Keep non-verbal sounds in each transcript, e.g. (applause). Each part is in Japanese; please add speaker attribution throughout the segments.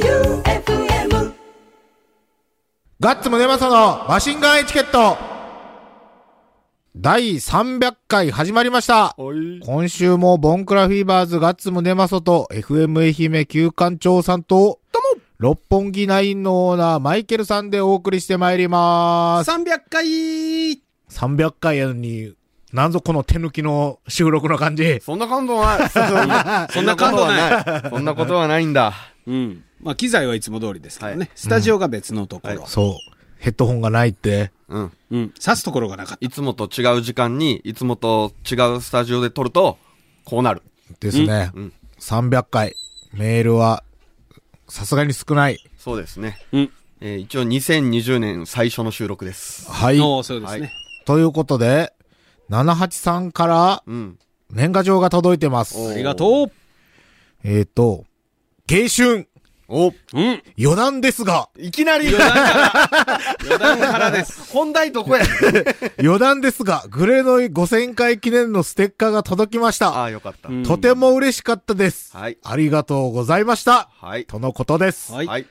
Speaker 1: J-O-E-U-F-M
Speaker 2: ガッツムネマソのマシンガンエチケット第300回始まりました
Speaker 3: おい。
Speaker 2: 今週もボンクラフィーバーズガッツムネマソと FM 愛媛旧館長さんと、六本木ナインのオーナーマイケルさんでお送りしてまいります。
Speaker 3: 300回
Speaker 2: 300回やのに、なんぞこの手抜きの収録の感じ。
Speaker 4: そんな感動 (laughs) ない。そんな感動ない。そんなことはないんだ。
Speaker 3: うん。まあ、機材はいつも通りですけどね。
Speaker 4: はい
Speaker 3: スタジオが別のところ。
Speaker 2: そう。ヘッドホンがないって。
Speaker 4: うん。
Speaker 3: うん。刺すところがなかった。
Speaker 4: いつもと違う時間に、いつもと違うスタジオで撮ると、こうなる。
Speaker 2: ですね。
Speaker 4: うんうん
Speaker 2: 300回。メールは、さすがに少ない。
Speaker 4: そうですね。
Speaker 3: うん。
Speaker 4: えー一応2020年最初の収録です。
Speaker 2: はい。
Speaker 3: おーそうですね。
Speaker 2: ということで、78さんから
Speaker 4: うん。
Speaker 2: 年賀状が届いてま
Speaker 4: お
Speaker 2: す。
Speaker 3: ありがと
Speaker 2: えっ、ー、と、芸春、
Speaker 4: お
Speaker 3: う。うん。
Speaker 2: 余談です
Speaker 4: (laughs)
Speaker 2: が、
Speaker 4: いきなり
Speaker 3: 余談から。余談からで
Speaker 4: (laughs)
Speaker 3: す。
Speaker 4: 本題どこや
Speaker 2: 余談ですが、グレノイ5000回記念のステッカーが届きまし
Speaker 4: あ
Speaker 2: た。
Speaker 4: あ、よかった。
Speaker 3: うん
Speaker 2: とても嬉しかったです。
Speaker 4: はい
Speaker 2: ありがとうございました。
Speaker 4: はい。
Speaker 2: とのことです。
Speaker 3: はい。
Speaker 4: はい。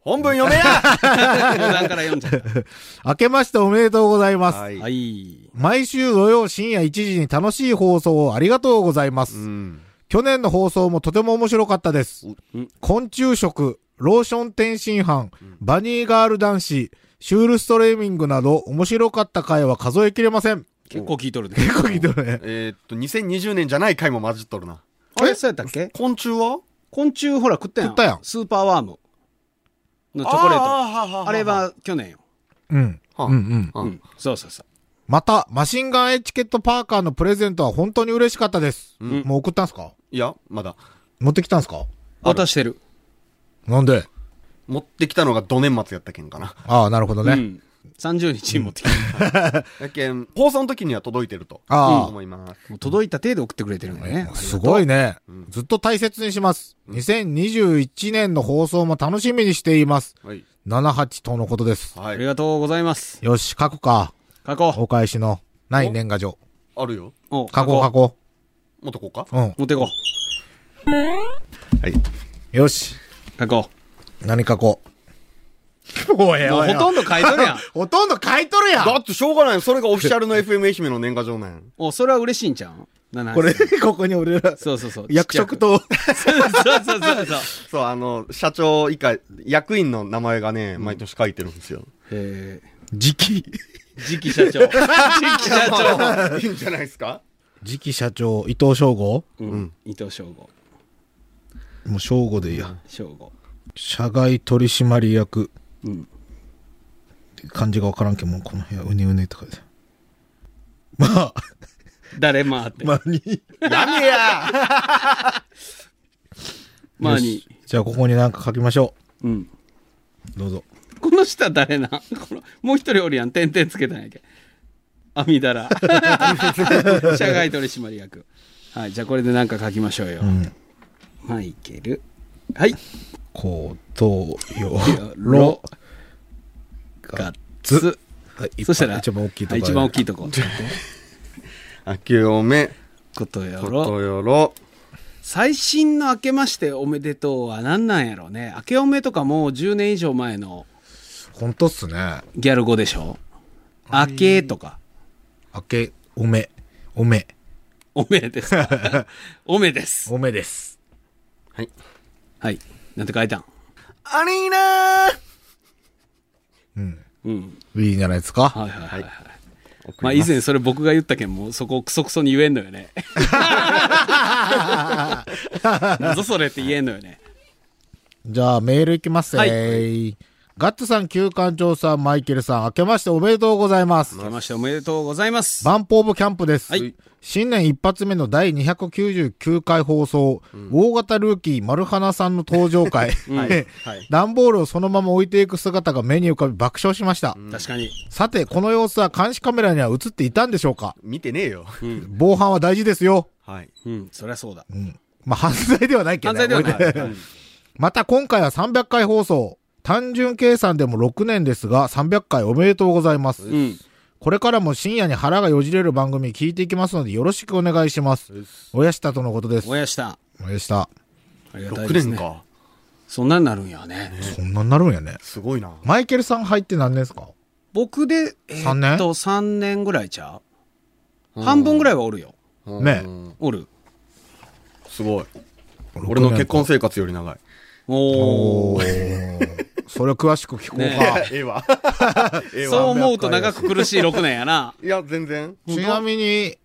Speaker 4: 本文読めや
Speaker 3: 余談から読んじ
Speaker 2: (laughs)
Speaker 3: ゃっ
Speaker 2: 明けましておめでとうございます。
Speaker 4: は
Speaker 3: た。
Speaker 4: い。
Speaker 3: はい。
Speaker 2: 毎週土曜深夜1時に楽しい放送をありがとうございます。
Speaker 4: うん。
Speaker 2: 去年の放送もとても面白かったです
Speaker 3: うん。
Speaker 2: 昆虫食、ローション天津飯、バニーガール男子、シュールストレーミングなど面白かった回は数えきれません。
Speaker 3: 結構聞いとるね。
Speaker 2: 結構聞いてるね。
Speaker 4: えーっと、2020年じゃない回も混じっとるな。
Speaker 3: あれそうやったっけ
Speaker 4: 昆虫は
Speaker 3: 昆虫ほら食ったやん。
Speaker 2: 食ったやん
Speaker 3: スーパーワームのチョコレート。
Speaker 4: ー
Speaker 3: あれ、は去年よ。
Speaker 2: うん。
Speaker 4: は
Speaker 2: うんうん。
Speaker 4: あ
Speaker 3: うん。そうそうそう。
Speaker 2: また、マシンガンエチケットパーカーのプレゼントは本当に嬉しかったです。
Speaker 4: うん
Speaker 2: もう送ったんすか
Speaker 4: いや、まだ。
Speaker 2: 持ってきたんすか
Speaker 3: 渡してる。
Speaker 2: なんで
Speaker 4: 持ってきたのが土年末やったけんかな。
Speaker 2: ああ、なるほどね。
Speaker 3: うん。30日に持ってきた。
Speaker 4: やけん、放送の時には届いてると。
Speaker 2: ああ
Speaker 4: 思います。
Speaker 3: もう届いた程度送ってくれてるんだよね。
Speaker 2: すごいね。ずっと大切にします。2021年の放送も楽しみにしています。
Speaker 4: はい。
Speaker 2: 78とのことです。
Speaker 4: は
Speaker 3: あり
Speaker 4: い。
Speaker 3: がとうございます。
Speaker 2: よし、書くか。
Speaker 3: 書こう。
Speaker 2: お返しのない年賀状。
Speaker 4: あるよ。
Speaker 3: お
Speaker 2: 書こう書こ
Speaker 4: もっとこうか。
Speaker 2: う。うん。
Speaker 3: 持ってこ
Speaker 4: はい。
Speaker 2: よし。
Speaker 3: う。書こ。
Speaker 2: 何書こう。おいう
Speaker 3: もうほとんど書いとるやん。
Speaker 2: (laughs) ほとんど書いとるや
Speaker 4: だ
Speaker 2: ん
Speaker 4: ってしょうがない。それがオフィシャルの FM 愛媛の年賀状なんや。
Speaker 3: お、それは嬉しいんちゃう七
Speaker 2: これ、 (laughs)
Speaker 3: 八
Speaker 2: ここに俺ら、
Speaker 3: そうそうそう。
Speaker 2: 役職と、
Speaker 3: ちっちゃく。そうそうそうそう。
Speaker 4: そう、あの、社長以下、役員の名前がね、毎年書いてるんですよ。
Speaker 3: えー
Speaker 2: (laughs) 次期。
Speaker 3: 次期社長。 (laughs) 次期社長。
Speaker 4: (laughs) いいんじゃないですか
Speaker 2: 次期社長、伊藤翔吾
Speaker 3: うん。伊藤翔吾。
Speaker 2: もう翔吾でいいや。
Speaker 3: 翔吾。
Speaker 2: 社外取締役。
Speaker 3: うん。
Speaker 2: 漢字がわからんけど、もうこの部屋、うねうねって書いてある。まあ、
Speaker 3: 誰まあって。
Speaker 2: まあに。
Speaker 4: やめや
Speaker 3: まあに
Speaker 2: よ。しじゃあここになんか書きましょ
Speaker 3: うん。
Speaker 2: う。どうぞ。
Speaker 3: この下誰なこ (laughs) の、もう一人おるやん。点々つけたんやけ。阿弥陀ら。 (laughs) 社外取締役。はい。じゃあこれでなんか書きましょうよ。
Speaker 2: うん。
Speaker 3: マイケル。はい。
Speaker 2: こう、とう、よ、
Speaker 3: ロ
Speaker 2: ろ、
Speaker 3: ガッツ。
Speaker 2: はい
Speaker 3: そしたら、
Speaker 2: 一番大きいとこ
Speaker 3: は
Speaker 2: ろ。
Speaker 3: 一番大きいと (laughs) こ。
Speaker 4: 明けおめ、
Speaker 3: ことや
Speaker 4: こ
Speaker 3: ろ。
Speaker 4: とよろ。
Speaker 3: 最新の明けましておめでとうは何なんやろうね。明けおめとかもう10年以上前の
Speaker 2: 本当っすね。
Speaker 3: ギャル語でしょ。明けとか。
Speaker 2: 明け、おめ、おめ、
Speaker 3: おめですか。おめです。
Speaker 2: おめです。
Speaker 4: はい。
Speaker 3: はい。なんて書いたん
Speaker 4: ありーなー
Speaker 3: うん。
Speaker 2: いいんじゃないですか。
Speaker 3: はいはいはい。はい
Speaker 4: 送り
Speaker 3: まあ以前それ僕が言ったけんもうそこをクソクソに言えんのよね。なんぞそれって言えんのよね。
Speaker 2: じゃあ、メールいきます。
Speaker 3: はい
Speaker 2: えいガッツさん、旧館長さん、マイケルさん、明けましておめでとうございます。
Speaker 3: 明けましておめでとうございます。
Speaker 2: バンポーブキャンプです。
Speaker 3: はい
Speaker 2: 新年一発目の第299回放送、大型ルーキー丸花さんの登場
Speaker 3: (laughs)
Speaker 2: 会、 (laughs) 段ボールをそのまま置いていく姿が目に浮かび爆笑しました。
Speaker 3: 確かに。
Speaker 2: さて、この様子は監視カメラには映っていたんでしょうか
Speaker 4: 見てねえよ。
Speaker 2: 防犯は大事ですよ。
Speaker 4: はい。
Speaker 3: うん、そりゃそうだ。
Speaker 2: まあ、犯罪ではないけど
Speaker 3: 犯
Speaker 2: ね。
Speaker 3: 罪ではない。
Speaker 2: 俺また今回は300回放送。単純計算でも6年ですが、300回おめでとうございます。
Speaker 3: うん。
Speaker 2: これからも深夜に腹がよじれる番組聞いていきますので、よろしくお願いします。おやしたとのことです。
Speaker 3: おやした。
Speaker 2: おやした。
Speaker 3: ありがたい
Speaker 4: 6
Speaker 3: です
Speaker 4: 年
Speaker 3: ね。
Speaker 4: か。
Speaker 3: そんなんなるんやね。
Speaker 2: そんなんなるんやね。
Speaker 4: すごいな。
Speaker 2: マイケルさん入って何年ですか
Speaker 3: 僕で、えー
Speaker 2: 三年
Speaker 3: っと、3年ぐらいちゃう半分ぐらいはおるよ。
Speaker 2: ね
Speaker 4: うん
Speaker 3: おる。
Speaker 4: すごい。俺の結婚生活より長い。
Speaker 3: お
Speaker 2: お
Speaker 3: お。
Speaker 2: ーそれを詳しく聞こうか。
Speaker 3: ねあ
Speaker 4: ええ (laughs) わ。ええ
Speaker 3: そう
Speaker 4: わ。
Speaker 3: 思うと長く苦しい6年やな。
Speaker 4: いや、全然。
Speaker 2: (laughs) ちなみに、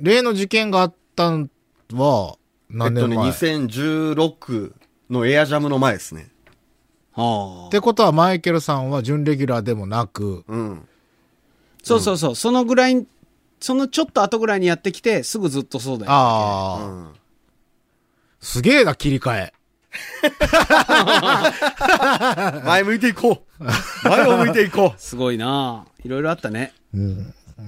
Speaker 2: 例の事件があったんは、
Speaker 4: えっ
Speaker 2: 何
Speaker 4: と
Speaker 2: 年
Speaker 4: ね、
Speaker 2: 前、
Speaker 4: 2016のエアジャムの前ですね。
Speaker 3: (laughs) あ
Speaker 2: っ
Speaker 3: あ。
Speaker 2: てことは、マイケルさんは準レギュラーでもなく、
Speaker 4: うん。
Speaker 3: そうそうそう。そのぐらい、そのちょっと後ぐらいにやってきて、すぐずっとそうだよ。
Speaker 2: あ
Speaker 4: う
Speaker 2: あ、
Speaker 4: ん。
Speaker 2: すげえな、切り替え。
Speaker 4: 前向いていこう。前を向いていこ
Speaker 3: すごいないろいろあったね。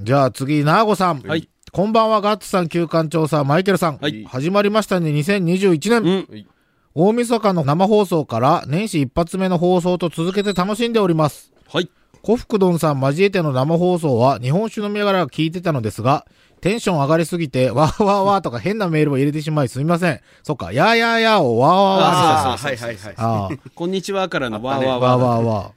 Speaker 2: じゃあ次、ナーゴさん。
Speaker 3: はい
Speaker 2: こんばんは、ガッツさん、旧館長さん、マイケルさん。
Speaker 3: はい
Speaker 2: 始まりましたね、2021年。
Speaker 3: うん。
Speaker 4: う。
Speaker 2: 大晦日の生放送から年始一発目の放送と続けて楽しんでおります。
Speaker 3: はい。
Speaker 2: コフクドンさん交えての生放送は日本酒飲みながら聞いてたのですが、テンション上がりすぎて、わーわーわーとか変なメールを入れてしまいすみません。そっか、やーやーやーをわーわーわーにした
Speaker 4: (laughs) ああ、
Speaker 3: そ
Speaker 4: は
Speaker 3: う
Speaker 4: い
Speaker 3: そう
Speaker 4: は
Speaker 3: そう
Speaker 4: いはい。
Speaker 2: あー
Speaker 3: こんにちはからのわーわー
Speaker 2: わ
Speaker 3: わ
Speaker 2: ー
Speaker 3: ー
Speaker 2: わーわ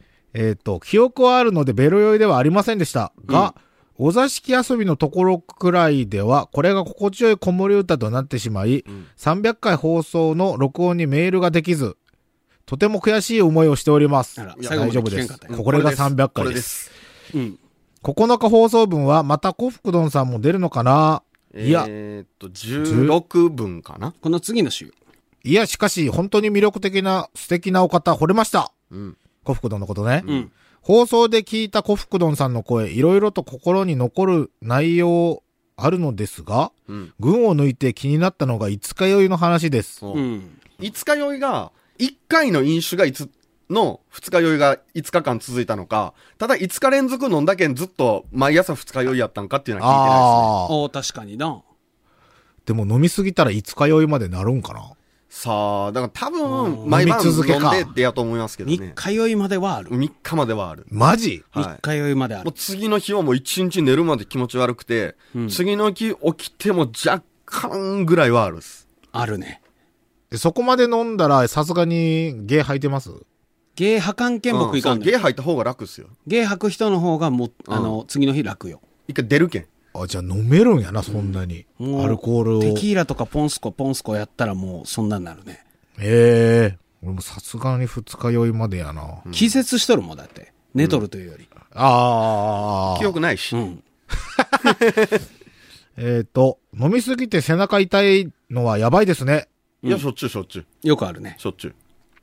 Speaker 2: ー。えっ、と、記憶はあるのでベロ酔いではありませんでしたが、お座敷遊びのところくらいでは、これが心地よい子守歌となってしまい、300回放送の録音にメールができず、とても悔しい思いをしております。
Speaker 3: あら
Speaker 2: いや
Speaker 3: 最後ま
Speaker 2: 大
Speaker 3: で
Speaker 2: 丈夫
Speaker 3: 聞
Speaker 2: で
Speaker 3: けん
Speaker 2: す
Speaker 3: かった。よ
Speaker 2: これが300
Speaker 4: こ
Speaker 2: 回
Speaker 4: れ
Speaker 2: で。
Speaker 4: ですす。
Speaker 3: うん。
Speaker 2: 9日放送分はまたコフクドンさんも出るのかな、いや、
Speaker 4: えーっと、16分かな
Speaker 3: この次の週。
Speaker 2: いや、しかし、本当に魅力的な素敵なお方、惚れました。
Speaker 4: うん。
Speaker 2: コフクドンのことね。
Speaker 3: うん。。
Speaker 2: 放送で聞いたコフクドンさんの声、いろいろと心に残る内容あるのですが、
Speaker 4: うん。
Speaker 2: 群を抜いて気になったのが五日酔いの話です。
Speaker 4: そううん五日酔いが、一回の飲酒がいつの二日酔いが5日間続いたのか、ただ5日連続飲んだけんずっと毎朝二日酔いやったんかっていうのは
Speaker 2: ああ、
Speaker 3: おー確かにな。
Speaker 2: でも飲みすぎたら五日酔いまでなるんかな
Speaker 4: 聞いてないですね。さあ、だから多
Speaker 3: う
Speaker 4: 分、
Speaker 2: ん
Speaker 4: 毎晩
Speaker 2: 飲み続け
Speaker 4: 飲ん
Speaker 2: か
Speaker 4: でってやと思いますけど
Speaker 3: 3
Speaker 4: ね。
Speaker 3: 日酔いまではある。
Speaker 4: 3日まではある。
Speaker 2: マジ
Speaker 4: は
Speaker 3: 3
Speaker 4: い。
Speaker 3: 日酔いまであ
Speaker 4: も
Speaker 3: る
Speaker 4: う。次の日はもう一日寝るまで気持ち悪くて、
Speaker 3: うん
Speaker 4: 次の日起きても若干ぐらいはあるっす。
Speaker 3: あるね。
Speaker 2: でそこまで飲んだらさすがにゲー吐いてます
Speaker 3: ゲー吐かんけん僕いか
Speaker 4: うんん
Speaker 3: の
Speaker 4: そうゲ
Speaker 3: よ
Speaker 4: ー吐いた方が楽っすよ。
Speaker 3: ゲー吐く人の方がもう、あの、次の日楽よ。
Speaker 4: 一回出るけん。
Speaker 2: あ、じゃあ飲めるんやな、そんなに。
Speaker 3: もう
Speaker 2: アルコールを。
Speaker 3: テ
Speaker 2: へ
Speaker 3: キーラとかポンスコポンスコやったらもうそんなんなるね。
Speaker 2: え。俺もさすがに二日酔いまでやな。
Speaker 3: 気絶しとるもんだって。寝とるというより。
Speaker 2: あ
Speaker 4: 記
Speaker 2: あ。
Speaker 4: 憶ないし。
Speaker 3: うん。
Speaker 2: えっ、と、飲みすぎて背中痛いのはやばいですね。
Speaker 4: いや、しょっちゅうしょっちゅう。
Speaker 3: よくあるね。
Speaker 4: しょっちゅう。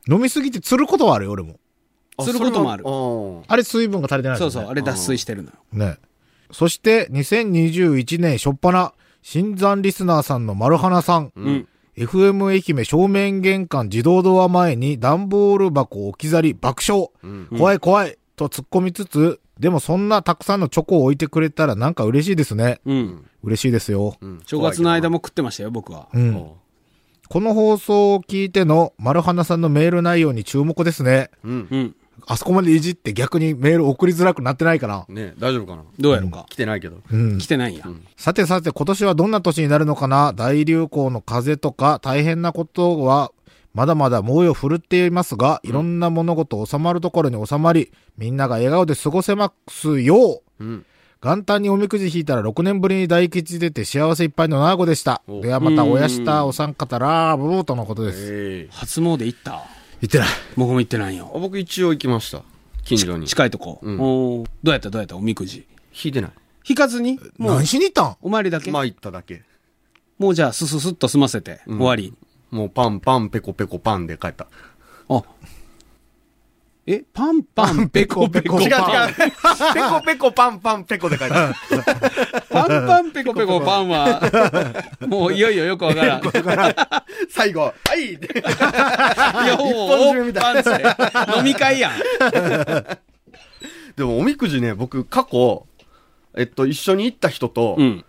Speaker 2: 飲みすぎてつることはあるよ、俺も。
Speaker 4: あ
Speaker 3: することもある
Speaker 4: それは
Speaker 2: あれ水分が足りてない
Speaker 3: そ
Speaker 2: で
Speaker 3: う
Speaker 2: すね。
Speaker 3: そう、あれ脱水してるのよ。
Speaker 2: ね。そして、2021年初っ端、新山リスナーさんの丸花さん。
Speaker 3: うん。
Speaker 2: FM 愛媛正面玄関自動ドア前に段ボール箱を置き去り爆笑。
Speaker 4: うん
Speaker 2: 怖い怖いと突っ込みつつ、でもそんなたくさんのチョコを置いてくれたらなんか嬉しいですね。
Speaker 3: うん。
Speaker 2: 嬉しいですよ。
Speaker 4: うん
Speaker 3: 正月の間も食ってましたよ、僕は。
Speaker 2: うん。この放送を聞いての丸花さんのメール内容に注目ですね。
Speaker 4: うん。
Speaker 3: うん。
Speaker 2: あそこまでいじって逆にメール送りづらくなってないかな。
Speaker 4: ね大丈夫かな
Speaker 3: どうやろうか
Speaker 4: 来。てないけど。
Speaker 2: うん
Speaker 3: 来。てないんや。
Speaker 2: さてさて今年はどんな年になるのかな大流行の風とか大変なことはまだまだ猛威を振るっていますが、いろんな物事収まるところに収まり、みんなが笑顔で過ごせますよう
Speaker 4: うん。
Speaker 2: 元旦におみくじ引いたら6年ぶりに大吉出て幸せいっぱいのナーゴでした。
Speaker 4: お
Speaker 2: ではまたおやしたお三方らーぼーとのことです。
Speaker 4: ええ
Speaker 3: 初詣行った
Speaker 2: 言ってない。
Speaker 3: 僕も行ってないよ。
Speaker 4: 僕一応行きました。近所に。
Speaker 3: 近いとこ。
Speaker 4: うん
Speaker 3: おーどうやったどうやったおみくじ。
Speaker 4: 引いてない。
Speaker 3: 引かずにもう
Speaker 2: 何、しに行ったん
Speaker 3: お参りだけ
Speaker 4: まあ行っただけ。
Speaker 3: もうじゃあ、スススッと済ませて、
Speaker 4: うん
Speaker 3: 終わり。
Speaker 4: もうパンパンペコペコパンで帰った。
Speaker 3: あ。え、パンパン、ペコペコ。
Speaker 2: 違う違う
Speaker 3: パン。
Speaker 4: ペコペコパンパンペコで帰った。
Speaker 3: パンパン、ペコペコ、パンは、もういよいよよくわ (laughs) からん。よ
Speaker 4: 最後、はい (laughs)
Speaker 3: 本
Speaker 4: 中みた
Speaker 3: い飲み会 (laughs) やん。
Speaker 4: でもおみくじね、僕過去、えっと、一緒に行った人と
Speaker 3: う、ん。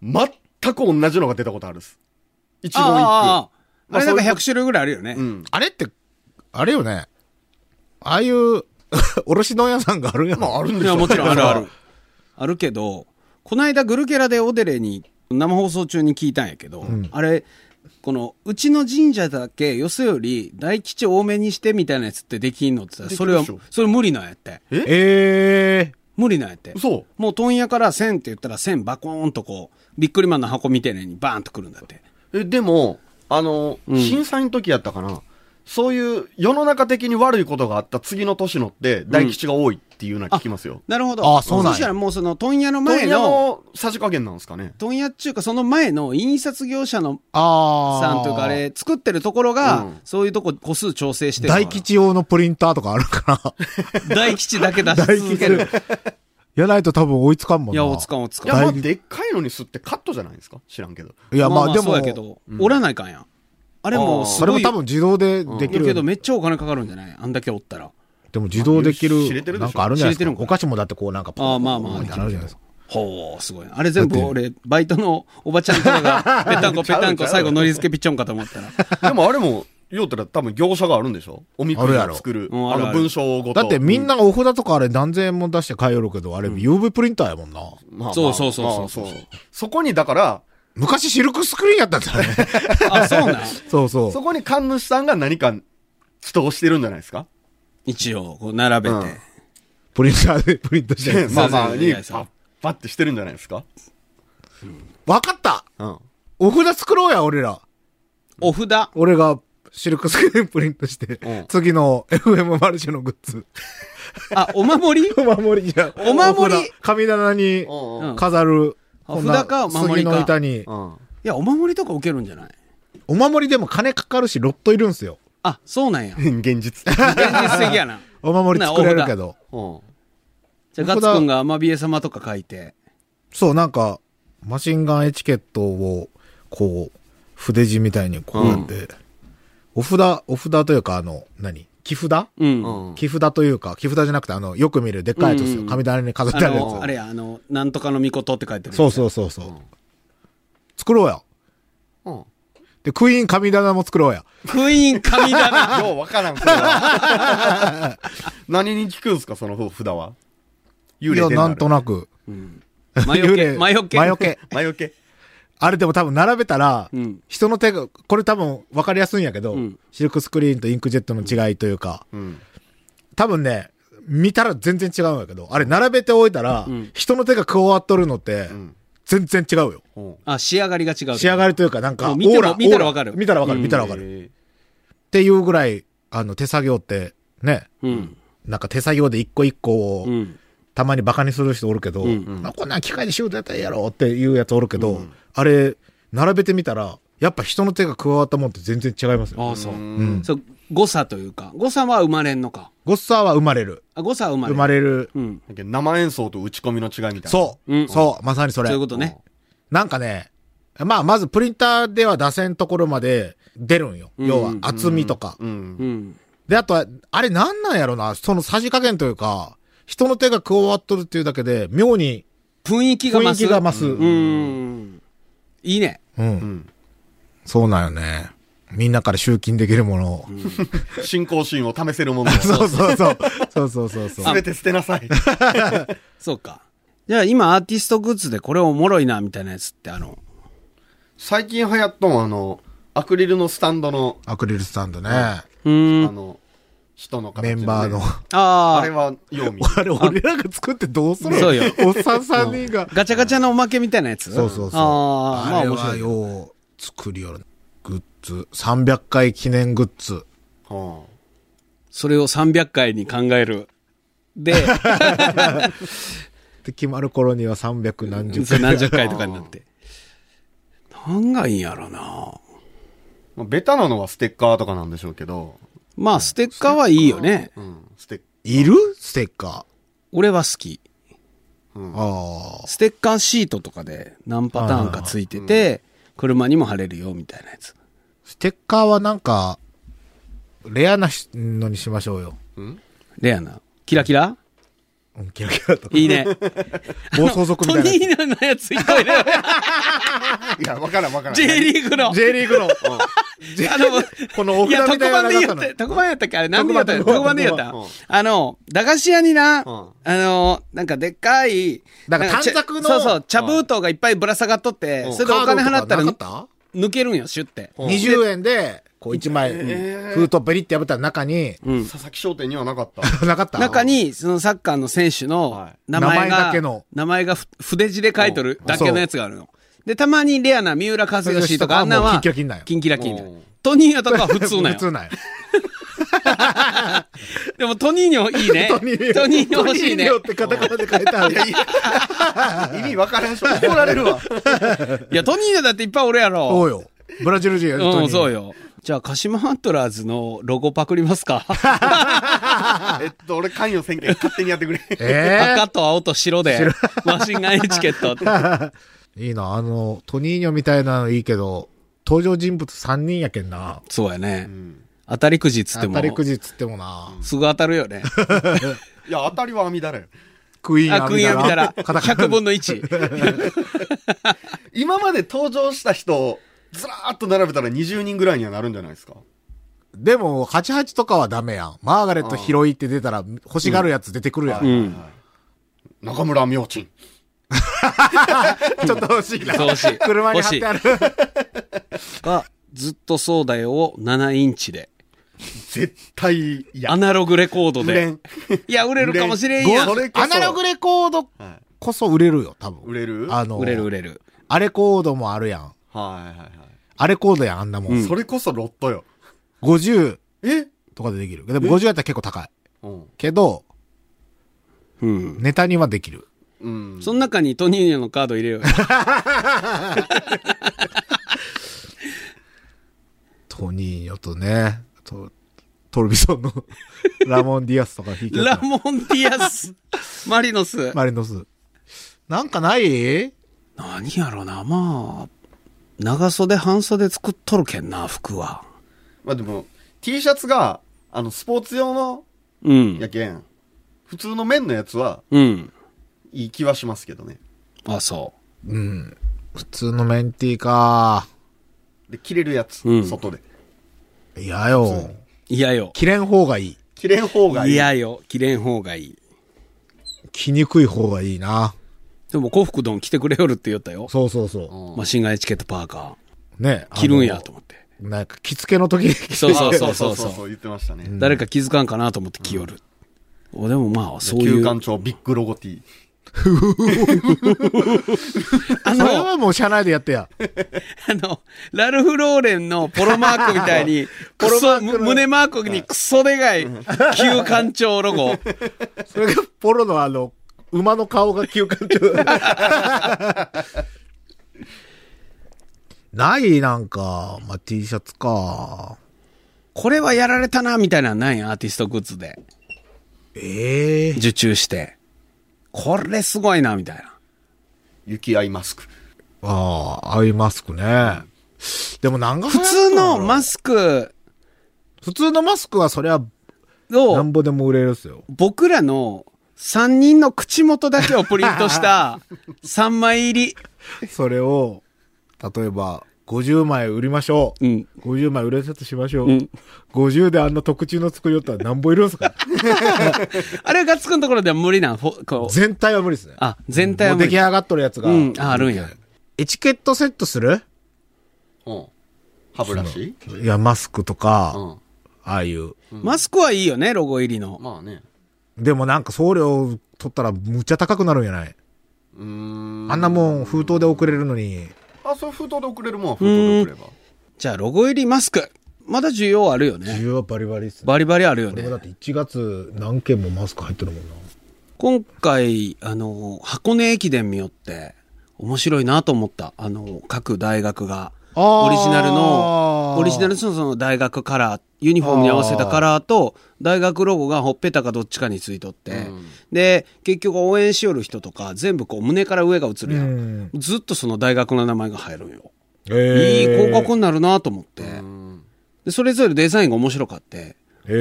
Speaker 4: 全く同じのが出たことあるっす。一言一
Speaker 3: ああ、ああれなんか100種類ぐらいあるよね
Speaker 4: 句。う。ん。
Speaker 2: あれって、あれよね。ああいう、 (laughs) 卸問屋さんがあるやん。
Speaker 4: まああるん
Speaker 3: い
Speaker 4: でし
Speaker 3: や、
Speaker 4: ょ。
Speaker 3: もちろんあるあるあるけど、この間グルケラでオデレに生放送中に聞いたんやけど、あれ、この、うちの神社だけ、よそより、大吉多めにしてみたいなやつってできんのって言ったら、それは
Speaker 4: できるでし、
Speaker 3: それ無理なんやって。
Speaker 4: え
Speaker 2: ええ
Speaker 3: 無理なんやって。
Speaker 4: 嘘
Speaker 3: もう問屋から1000って言ったら1000バコーンとこう、ビックリマンの箱みたいなのにバーンとくるんだって。
Speaker 4: え、でも、あの、
Speaker 3: うん
Speaker 4: 震災の時やったかな。そういう世の中的に悪いことがあった次の年のって大吉が多いっていうのは聞きますよ。
Speaker 3: なるほど。
Speaker 2: あそうなんや
Speaker 3: そしたらもうその問屋の
Speaker 4: 問
Speaker 3: 前
Speaker 4: 屋
Speaker 3: の、
Speaker 4: のさじ加減なんですかね。
Speaker 3: 問屋っちゅうかその前の印刷業者の
Speaker 2: ああ。
Speaker 3: さんというかあれ、作ってるところが、
Speaker 4: うん
Speaker 3: そういうとこ個数調整してるのかな
Speaker 2: 大。吉用のプリンターとかあるかな
Speaker 3: (laughs) 大吉だけ出し続ける。
Speaker 2: やないと多分追いつかんもんな。
Speaker 3: いや、おつかんおつ
Speaker 4: い
Speaker 3: か
Speaker 4: や、
Speaker 3: ん。
Speaker 2: 大
Speaker 4: まあ、
Speaker 2: 吉
Speaker 4: でっかいのに吸ってカットじゃないですか知らんけど。
Speaker 2: いや、まあ、で
Speaker 3: そう
Speaker 2: も、
Speaker 3: やけど、折らないかんやん。あれもす
Speaker 2: あれ
Speaker 3: ご
Speaker 2: も
Speaker 3: い。
Speaker 2: 多分自動ででき
Speaker 3: や
Speaker 2: る。
Speaker 3: けど、めっちゃお金かかるんじゃないあんだけ折ったら。
Speaker 2: でも自動できる
Speaker 4: 知れてるでしょ
Speaker 2: なんかあるんじゃない
Speaker 3: 知れてる
Speaker 2: で
Speaker 3: ん
Speaker 2: す
Speaker 3: か
Speaker 2: か。
Speaker 3: な
Speaker 2: お菓子もだってこうなんか、
Speaker 3: ああ、まあまあ。
Speaker 2: ポンってなるじゃないですか。
Speaker 3: ほう、すごいな。あれ全部俺、バイトのおばちゃんと
Speaker 2: (laughs)
Speaker 3: かが、ぺったんこぺったんこ最後、のり付けピッチョンかと思ったら。
Speaker 4: でもあれも、言うたら多分業者があるんでしょおみくじを作る。
Speaker 3: あるやろ
Speaker 4: あ
Speaker 3: うんあるある
Speaker 4: の文章ごと。
Speaker 2: だってみんなお札とかあれ何千円も出して買いよるけど、あれ UV プリンターやもんな。
Speaker 4: まあまあ
Speaker 3: そうそうそう
Speaker 4: まあ
Speaker 3: そうそう
Speaker 4: そこにだから、
Speaker 2: 昔シルクスクリーンやったんだね。
Speaker 3: あ、そうなん。
Speaker 2: そうそう。
Speaker 4: そこに神主さんが何か人をしてるんじゃないですか
Speaker 3: 一応、こう、並べて。
Speaker 4: うん
Speaker 2: プリンターでプリントしてる
Speaker 4: (laughs) 。まあまあ、
Speaker 3: そうそうそう
Speaker 4: に、パッ、パッてしてるんじゃないですか
Speaker 2: わかった
Speaker 4: うん。
Speaker 2: お札作ろうや、俺ら。
Speaker 3: お札。
Speaker 2: 俺がシルクスクリーンプリントして、
Speaker 4: うん
Speaker 2: 次の FM マルシェのグッズ。
Speaker 3: あ、お守り
Speaker 2: お守りじゃん。
Speaker 3: お守り
Speaker 2: お札神棚に
Speaker 4: うん
Speaker 3: うん
Speaker 2: 飾る。
Speaker 3: あ
Speaker 2: こんな
Speaker 3: 札かお守りか
Speaker 2: 杉の板に。
Speaker 4: うん。
Speaker 3: いや、お守りとか受けるんじゃない
Speaker 2: お守りでも金かかるし、ロットいるんすよ。
Speaker 3: あ、そうなんや。 (laughs) 現
Speaker 4: 現実。
Speaker 3: 実的やな。
Speaker 2: (laughs) お守り作れるけど。
Speaker 4: うん。
Speaker 3: じゃあ、ガッツくんがアマビエ様とか書いて。
Speaker 2: そう、なんか、マシンガンエチケットを、こう、筆字みたいにこうやって、お札、お札というか、あの、何木札
Speaker 3: うん。
Speaker 4: うん。
Speaker 2: 木札というか、木札じゃなくて、あの、よく見るでっかいやつです
Speaker 3: うんう
Speaker 2: よ。
Speaker 3: ん
Speaker 2: 神棚に飾ってあ
Speaker 3: あ
Speaker 2: るや
Speaker 3: の、あれや、あの、なんとかの御事って書いてる。
Speaker 2: つ。そうそうそうそう。作ろうや。
Speaker 4: うん。よ
Speaker 2: で、クイーン神棚も作ろうや。
Speaker 3: クイーン神棚。
Speaker 4: うわからん、それは (laughs) 何に聞くんすか、その札は。幽
Speaker 2: い
Speaker 4: 霊
Speaker 2: や、
Speaker 4: で
Speaker 2: なんと
Speaker 4: な
Speaker 2: なく。
Speaker 3: 魔除
Speaker 2: 幽
Speaker 3: け。
Speaker 2: 霊
Speaker 3: 魔除け。
Speaker 2: 魔除け。
Speaker 4: る。魔除け。
Speaker 2: あれでも多分並べたら
Speaker 3: うん、
Speaker 2: 人の手が、これ多分分かりやすいんやけど
Speaker 3: うん、
Speaker 2: シルクスクリーンとインクジェットの違いというか、
Speaker 4: うん。
Speaker 2: 多分ね、見たら全然違うんやけど、あれ並べておいたら、
Speaker 3: ん
Speaker 2: 人の手が加わっとるのって、
Speaker 4: ん
Speaker 2: 全然違うよ。
Speaker 4: うん。
Speaker 3: あ、仕上がりが違う。
Speaker 2: 仕上がりというか、なんか、
Speaker 3: も
Speaker 2: オ
Speaker 3: う見て
Speaker 2: ー
Speaker 3: も
Speaker 2: ラ、
Speaker 3: 見
Speaker 2: オー
Speaker 3: たら
Speaker 2: ラ
Speaker 3: わかる
Speaker 2: 見たらわかる、
Speaker 3: うん
Speaker 2: 見たらわかる。っていうぐらい、あの、手作業って、ね、
Speaker 3: うん。
Speaker 2: なんか手作業で一個一個を、
Speaker 3: うん。
Speaker 2: たまにバカにする人おるけど、
Speaker 3: うん
Speaker 2: まあ、こんなん機械で仕事やったらええやろっていうやつおるけど、あれ、並べてみたら、やっぱ人の手が加わったもんって全然違いますよ。
Speaker 3: ああ、そう。
Speaker 2: うん。
Speaker 3: そう、誤差というか。誤差は生まれんのか。
Speaker 2: ゴッサーは生まれる。
Speaker 3: あ、誤差は生まれ
Speaker 2: 生
Speaker 3: ん。
Speaker 2: まれる。
Speaker 3: うん。
Speaker 4: なんか生演奏と打ち込みの違いみたいな。
Speaker 2: そう、
Speaker 3: うん
Speaker 2: そう、まさにそれ。
Speaker 3: そういうことね。
Speaker 2: なんかね、まあ、まずプリンターでは出せんところまで出るんよ。
Speaker 3: うん
Speaker 2: 要は厚みとか。
Speaker 4: うん。
Speaker 3: うん。
Speaker 2: で、あとは、あれなんなんやろな、そのさじ加減というか、人の手が加わっとるっていうだけで、妙に
Speaker 3: 雰囲気が
Speaker 2: 雰
Speaker 3: 増
Speaker 2: 囲
Speaker 3: す。
Speaker 2: 気が増す。
Speaker 3: うーん。いいね。
Speaker 2: うん。
Speaker 4: ん
Speaker 2: そうなんよね。みんなから集金できるものを。
Speaker 4: 信仰心を試せるものを。
Speaker 2: (laughs) そうそうそう。そうそうそうそう。
Speaker 4: すべて捨てなさい。
Speaker 3: そうか。じゃあ今アーティストグッズでこれおもろいなみたいなやつってあの、
Speaker 4: 最近流行っとん、あの、アクリルのスタンドの、
Speaker 2: アクリルスタンドね。
Speaker 3: う
Speaker 4: あ
Speaker 3: ーん。
Speaker 4: の、人の形
Speaker 2: メンバーの
Speaker 4: ね。。あ
Speaker 3: あ
Speaker 4: れ
Speaker 3: あ、
Speaker 4: は、よう見る。
Speaker 2: あれ、俺らが作ってどうするの
Speaker 3: そうよ
Speaker 2: おっさん3人が。
Speaker 3: ガチャガチャのおまけみたいなやつ
Speaker 2: そうそうそう。
Speaker 3: ああ、まあ
Speaker 2: あれ
Speaker 3: 面
Speaker 2: は
Speaker 3: 白い。
Speaker 2: よう作りよる。グッズ。300回記念グッズ。
Speaker 4: うん
Speaker 3: それを300回に考える。
Speaker 2: (laughs)
Speaker 3: で、
Speaker 2: で、決まる頃には300何十
Speaker 3: そう
Speaker 2: 回。
Speaker 3: 何十回とかに
Speaker 2: (laughs)
Speaker 3: なって。何がいいんやろな。
Speaker 4: まあベタなのはステッカーとかなんでしょうけど、
Speaker 3: まあ、ステッカーはいいよね。
Speaker 4: うん、ステッ
Speaker 2: いるステッカ
Speaker 3: 俺は好き。
Speaker 2: ー。ああ。
Speaker 3: ステッカーシートとかで何パターンかついてて、車にも貼れるよみたいなやつ。
Speaker 2: ステッカーはなんか、レアなしのにしましょうよ。
Speaker 3: レアな。キラキラ
Speaker 2: うん、キラキラとか。
Speaker 3: いいね。
Speaker 2: 暴走族み
Speaker 3: ト
Speaker 2: たいなや
Speaker 3: ニーナのやつい
Speaker 2: (laughs)
Speaker 3: っぱいいるよ
Speaker 4: いや、わからんわからん。
Speaker 3: J リー
Speaker 2: (laughs)
Speaker 3: グの。
Speaker 2: つ。J リーグの。
Speaker 3: あの、
Speaker 2: このお
Speaker 3: いや、
Speaker 2: 札
Speaker 3: 特
Speaker 2: みたいな
Speaker 3: 番
Speaker 2: のがあっ
Speaker 3: で言
Speaker 2: た
Speaker 3: っ
Speaker 2: の
Speaker 3: た。特番やったっけあれ、何で言った
Speaker 2: 特
Speaker 3: 特
Speaker 2: 番
Speaker 3: 番で言った。あの、駄菓子屋にな、あの、なんかでっかい、
Speaker 2: なんか
Speaker 3: ちゃ
Speaker 2: 短冊の
Speaker 3: そうそう、茶封筒がいっぱいぶら下がっとって、
Speaker 4: うん
Speaker 3: それでお金払った
Speaker 2: カ
Speaker 3: ら、
Speaker 2: ードとかなかっ
Speaker 3: 抜けるんよ、シュって。
Speaker 2: 20円で、こう1枚、封筒ペリって破ったら中に、
Speaker 3: うん。
Speaker 4: 佐々木商店にはなかった。
Speaker 2: なかった
Speaker 3: 中に、そのサッカーの選手の
Speaker 4: はい
Speaker 3: 名前
Speaker 2: 名前
Speaker 3: が、
Speaker 2: だけの
Speaker 3: 名前がふ筆字で書いとるだけのやつがあるの。で、たまにレアな三浦和義とかあんなんは、
Speaker 2: キンキラキンなんよ
Speaker 3: キンキラキンだ
Speaker 4: うん
Speaker 3: トニーニョとかは普通な
Speaker 2: (laughs) 普
Speaker 3: んよ。
Speaker 2: 通なんよ。
Speaker 3: でもトニーニョいい
Speaker 2: (laughs)
Speaker 3: ね。トニーニョ欲しいね
Speaker 2: トニーニョ。ってカタカナで書いてある。
Speaker 4: (laughs) 意味わからんし、怒られる (laughs) わ。
Speaker 3: いや、トニーニョだっていっぱいおるやろ。
Speaker 2: そうよ。ブラジル人やでト
Speaker 3: う
Speaker 2: ニー
Speaker 3: ん、そうよ。じゃあ、鹿島アントラーズのロゴパクりますか
Speaker 4: えっと、俺関与せんけん、勝手にやって (laughs) くれ。
Speaker 2: え
Speaker 3: 赤と青と白で、マシンガンエチケ
Speaker 2: (laughs)
Speaker 3: ットって。
Speaker 2: えいいな、あの、トニーニョみたいなのいいけど、登場人物3人やけんな。
Speaker 3: そうやね。当たりくじっつって
Speaker 2: 当
Speaker 3: も
Speaker 2: た、りくじっつってもな。
Speaker 3: すぐ当たるよ
Speaker 2: (laughs)
Speaker 3: ね。
Speaker 4: いや、当たりは網だれ。
Speaker 2: クイーン
Speaker 3: あ、クイーンを見たら、
Speaker 2: カ
Speaker 3: (laughs)
Speaker 2: タカナ
Speaker 3: 100分の1。
Speaker 4: 今まで登場した人を、ずらーっと並べたら20人ぐらいにはなるんじゃないですか。
Speaker 2: でも、88とかはダメやん。マーガレット広いって出たら、欲しがるやつ出てくるやん。
Speaker 3: うん。
Speaker 4: 中村明珍。
Speaker 2: ちょっと欲しいな。
Speaker 3: そう欲しい
Speaker 2: 車に貼ってある。
Speaker 3: が、ずっとそうだよを7インチで。
Speaker 4: 絶対、いや
Speaker 3: ア、ナログレコード
Speaker 4: 売れ
Speaker 3: で。
Speaker 4: ん。
Speaker 3: いや、売れるかもしれんやん
Speaker 4: そ。れこそ
Speaker 2: アナログレコード
Speaker 4: はい
Speaker 2: こそ売れるよ、多分。
Speaker 4: 売れる
Speaker 2: あの、
Speaker 3: 売れる売れる。
Speaker 2: あれコードもあるやん。
Speaker 4: (laughs) はいはいはい。
Speaker 2: あれコードやん、あんなもん。
Speaker 4: それこそロットよ。
Speaker 2: 50
Speaker 4: え
Speaker 2: とかでできる。でも50やったら結構高い。
Speaker 4: うん。
Speaker 2: けど、
Speaker 3: うん。
Speaker 2: ネタにはできる。
Speaker 4: うん。
Speaker 3: その中にトニーニョのカード入れようよ。
Speaker 2: トニーニョとね、とトルビソンの (laughs) ラモン・ディアスとか弾いて
Speaker 3: ラ
Speaker 2: た
Speaker 3: モンディアス、マリノス。
Speaker 2: マリノス。なんかない
Speaker 3: 何やろな、まあ、長袖半袖作っとるけんな、服は。
Speaker 4: まあでも、T シャツが、あの、スポーツ用の、
Speaker 3: うん。
Speaker 4: やけん、普通の面のやつは、
Speaker 3: うん。
Speaker 4: いい気はしますけどね。
Speaker 3: あ、そ
Speaker 2: うん。普通のメンティーか。
Speaker 4: で、切れるやつ、
Speaker 3: うん
Speaker 4: 外で。
Speaker 2: 嫌よ。
Speaker 3: う。嫌よ。
Speaker 2: 切れん方がいい。
Speaker 4: 切れん方がいい。
Speaker 3: 嫌よ。着れん方がいい。
Speaker 2: 着にくい方がいいな。
Speaker 3: でも、幸福丼着てくれよるって言ったよ。
Speaker 2: そうそうそ
Speaker 3: マシンガンエチケットパーカ
Speaker 2: う。ね。
Speaker 3: ー。着るんやと思って。
Speaker 2: あの。なんか着付けの時に
Speaker 3: そうそうそうそ
Speaker 4: (laughs)
Speaker 3: う
Speaker 4: そう
Speaker 3: そう。
Speaker 4: 言ってましたね。
Speaker 3: 誰か気づかんかなと思って着よる。おでもまあ、そうい
Speaker 4: 旧
Speaker 3: う。
Speaker 4: 館長ビッグロゴ T。
Speaker 3: あ
Speaker 2: そ
Speaker 3: の
Speaker 2: れ、はもう社内でやってや。
Speaker 3: あの、ラルフ・ローレンのポロマークみたい (laughs) に、クソ、む胸マークにクソでかい、旧館長ロ (laughs) ゴ。
Speaker 2: それがポロのあの、馬の顔が休館中。
Speaker 3: (laughs)
Speaker 2: ない、なんか。まあ、T シャツか。
Speaker 3: これはやられたな、みたいなのないアーティストグッズで。
Speaker 2: ええ
Speaker 3: 受注して。これすごいな、みたいな。
Speaker 4: 雪アイマスク。
Speaker 2: ああ、アイマスクね。でもなんか
Speaker 3: 普通のマ
Speaker 2: ス
Speaker 3: スク
Speaker 2: ク。普通のマスクはそりゃ、な
Speaker 3: を
Speaker 2: ん、ぼでも売れるっすよ。
Speaker 3: 僕らの3人の口元だけをプリント (laughs) した3枚入り。
Speaker 2: それを、例えば、50枚売りましょう。
Speaker 3: うん
Speaker 2: 50枚売れたとしましょう。
Speaker 3: ん
Speaker 2: 50であんな特注の作りよったらなんぼいるんす
Speaker 3: (laughs)
Speaker 2: か
Speaker 3: あれがつくのところでは無理なん。フォこう
Speaker 2: 全体は無理ですね。
Speaker 3: あ、全体は
Speaker 2: も
Speaker 3: 無
Speaker 2: う出来
Speaker 3: 理。
Speaker 2: 上がっとるやつが。
Speaker 3: うん、ああるんや。
Speaker 2: エチケットセットする
Speaker 4: うん。歯ブラシ
Speaker 2: いや、マスクとか、
Speaker 4: うん。
Speaker 2: ああいう。
Speaker 3: マスクはいいよね、ロゴ入りの。
Speaker 4: まあね。
Speaker 2: でもなんか送料取ったらむっちゃ高くなるんじゃないう
Speaker 4: ーん。
Speaker 2: あんなもん封筒で送れるのに。
Speaker 4: あ、そう封筒で送れるもんは封筒で送れば。
Speaker 3: じゃあ、ロゴ入りマスク。まだ需要あるよね。
Speaker 2: 需要はバリバリっすね。
Speaker 3: バリバリあるよ
Speaker 2: これ
Speaker 3: ね
Speaker 2: も。だって1月何件もマスク入ってるもんな。
Speaker 3: 今回、あの、箱根駅伝見よって、面白いなと思った。あの、各大学が、
Speaker 2: あー
Speaker 3: オリジナルの、オリジナルのその大学カラー、ユニフォームに合わせたカラーと、大学ロゴがほっぺたかどっちかについとって、で、結局応援しよる人とか、全部こう胸から上が映るやん。ずっとその大学の名前が入るんよ。いい
Speaker 2: え
Speaker 3: 広告になるなと思って、
Speaker 4: うん。
Speaker 3: で、それぞれデザインが面白かって、
Speaker 2: え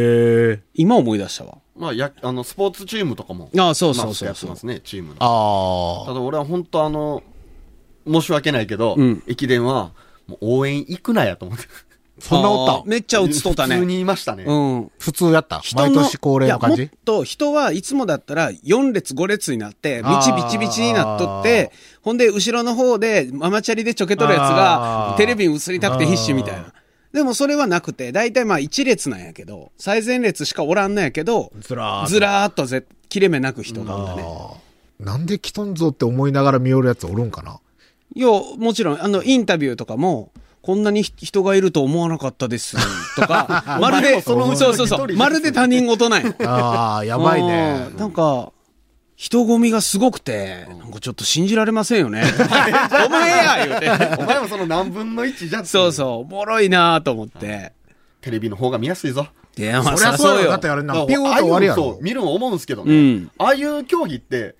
Speaker 2: ー。
Speaker 3: 今思い出したわ。
Speaker 4: まあ、や、あの、スポーツチームとかも。
Speaker 3: ああ、そうそ
Speaker 4: マ
Speaker 3: う
Speaker 4: スク
Speaker 3: そ
Speaker 4: や
Speaker 3: う
Speaker 4: って
Speaker 3: そう
Speaker 4: ま。すね、チームの。
Speaker 2: あ
Speaker 4: ただ俺は本当あの、申し訳ないけど、
Speaker 3: うん (laughs)
Speaker 4: 駅伝は、もう応援行くなやと思って。
Speaker 2: そんなおった
Speaker 3: あーめっちゃ映っとった
Speaker 4: 普通
Speaker 3: ね。
Speaker 4: にいましたね。
Speaker 3: うん。
Speaker 2: 普通やった毎年恒例の感
Speaker 3: いや
Speaker 2: じ
Speaker 3: もっと人はいつもだったら4列5列になって、道
Speaker 2: あー
Speaker 3: ビチビチになっとって、ほんで後ろの方でママチャリでちょけとるやつが
Speaker 2: あー
Speaker 3: テレビに映りたくて必死みたい
Speaker 2: あー
Speaker 3: な。でもそれはなくて、だいたいまあ1列なんやけど、最前列しかおらんのやけど、
Speaker 2: ずらーっと
Speaker 3: ずらーっとぜ切れ目なく人がおったね。
Speaker 2: あーなんで来とんぞって思いながら見よるやつおるんかない
Speaker 3: や、もちろん、あの、インタビューとかも、こんなに人人がいると思わなかったです、とか、まる
Speaker 4: お前
Speaker 3: で、
Speaker 4: もそのうち
Speaker 3: そ
Speaker 4: の
Speaker 3: う
Speaker 4: 一人
Speaker 3: そう
Speaker 4: です
Speaker 3: そう、まるで他人事なんや。
Speaker 2: ああ、やばいね
Speaker 3: う。んなんか、人混みがすごくて、なんかちょっと信じられませんよね。お前や言うて。
Speaker 4: お前もその何分の1じゃん。
Speaker 3: そうそう、おもろいなと思って。
Speaker 4: テレビの方が見やすいぞ。
Speaker 3: いや、まあ、
Speaker 2: そりゃ
Speaker 3: そ
Speaker 2: そううよ。
Speaker 3: よ
Speaker 2: だっ。てあれな
Speaker 4: だか、ら
Speaker 2: ピューって終わりや
Speaker 4: ああいうの
Speaker 2: ろ
Speaker 4: そう、。見るの思うんですけど
Speaker 3: う
Speaker 4: ね
Speaker 3: ん。
Speaker 4: ああいう競技って、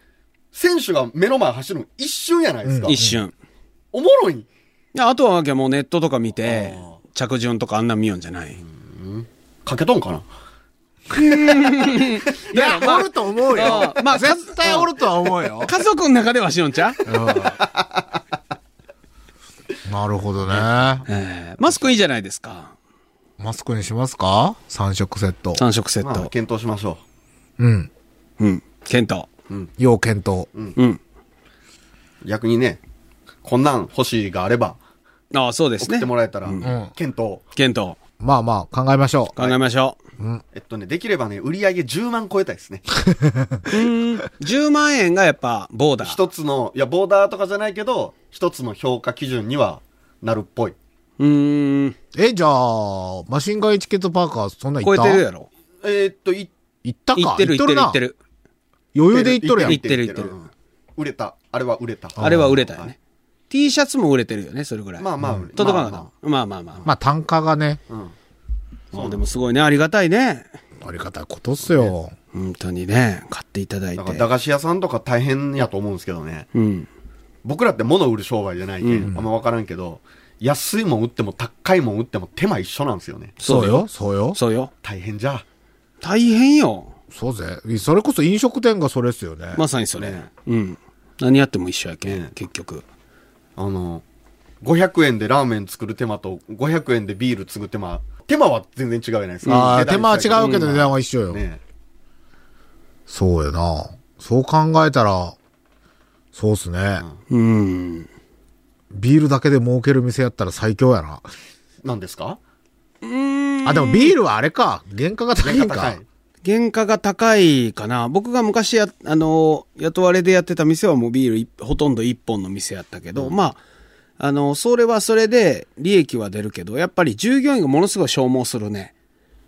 Speaker 4: 選手が目の前走るの一瞬やないですか
Speaker 3: 一。瞬。
Speaker 4: おもろい。
Speaker 3: いやあとは、もうネットとか見て、着順とかあんなん見よんじゃない。
Speaker 4: かけとんか
Speaker 2: (laughs)
Speaker 4: ない
Speaker 2: や、おると思うよ。
Speaker 3: まあ、
Speaker 2: 絶対おるとは思うよ。
Speaker 3: 家族の中ではしよんちゃう
Speaker 2: (laughs) なるほどね。
Speaker 3: えーマスクいいじゃないですか。
Speaker 2: マスクにしますか ?3 色セット。
Speaker 3: 3色セッ
Speaker 4: まあ、
Speaker 3: ト。
Speaker 4: 検討しましょ
Speaker 2: うん。
Speaker 3: うん。ケント。
Speaker 2: 要検討。
Speaker 3: うん。
Speaker 4: う。逆にね、こんなん欲しいがあれば、
Speaker 3: ああ、そうです
Speaker 4: 送っ
Speaker 3: ね
Speaker 4: て。もらえたら
Speaker 2: ん、
Speaker 4: 検討。
Speaker 3: ケント、
Speaker 2: まあまあ、考えましょう。
Speaker 3: 考えましょ
Speaker 4: えっとね、できればね、売り上げ10万超えたいですね。
Speaker 3: う。うん。10万円がやっぱ、ボーダー。
Speaker 4: 一つの、いや、ボーダーとかじゃないけど、一つの評価基準にはなるっぽい。
Speaker 3: うーん。
Speaker 2: え、じゃあ、マシンガンエチケットパーカー、そんな行
Speaker 3: 超
Speaker 2: っ
Speaker 3: え
Speaker 2: た
Speaker 3: てるやろ。
Speaker 4: えーっと、い
Speaker 2: 行ったか
Speaker 3: いってるいってるい
Speaker 2: な
Speaker 3: ってる。
Speaker 2: 余裕で行っとるやん
Speaker 3: い。ってるいってる
Speaker 4: うん売れた。あれは売れた。
Speaker 3: あれは売れたよ
Speaker 4: はい
Speaker 3: ね。T シャツも売れてるよね、それぐらい。
Speaker 4: まあまあ、売れ
Speaker 3: 届かな
Speaker 4: まあ
Speaker 3: か
Speaker 4: ま
Speaker 3: った。まあまあまあ。
Speaker 2: まあ、単価がね、
Speaker 4: あうん
Speaker 3: そう、でもすごいね、ありがたいね。
Speaker 2: ありがたいことっすよ。
Speaker 3: 本当にね、買っていただい
Speaker 4: だ
Speaker 3: て
Speaker 4: から。駄菓子屋さんとか大変やと思うんですけどね。
Speaker 3: うん。
Speaker 4: 僕らって物売る商売じゃないけ、ん、あんま分からんけど、安いもん売っても高いもん売っても手間一緒なんですよね。
Speaker 2: そうよ、そうよ。
Speaker 3: そうよ。
Speaker 4: 大変じゃ。
Speaker 3: 大変よ。
Speaker 2: そうぜ。それこそ飲食店がそれっすよね。
Speaker 3: まさにそれ。うん。何やっても一緒やけん
Speaker 4: ね、
Speaker 3: 結局。
Speaker 4: あの、500円でラーメン作る手間と500円でビール継ぐ手間、手間は全然違うじゃないですか。
Speaker 2: ああ、
Speaker 4: 値
Speaker 2: 手間
Speaker 4: 段
Speaker 2: は
Speaker 4: 一緒や
Speaker 2: 違うけど値段は一緒よ。
Speaker 4: ね
Speaker 2: そうやな。そう考えたら、そうっすね。
Speaker 3: うん。
Speaker 2: ビールだけで儲ける店やったら最強やな。
Speaker 4: なんですか
Speaker 2: あ、でもビールはあれか。原価が高いん
Speaker 4: 高
Speaker 2: か
Speaker 4: い。。
Speaker 3: 原価が高いかな。僕が昔や、あの、雇われでやってた店はもうビール一ほとんど一本の店やったけど、まあ、あの、それはそれで利益は出るけど、やっぱり従業員がものすごい消耗するね。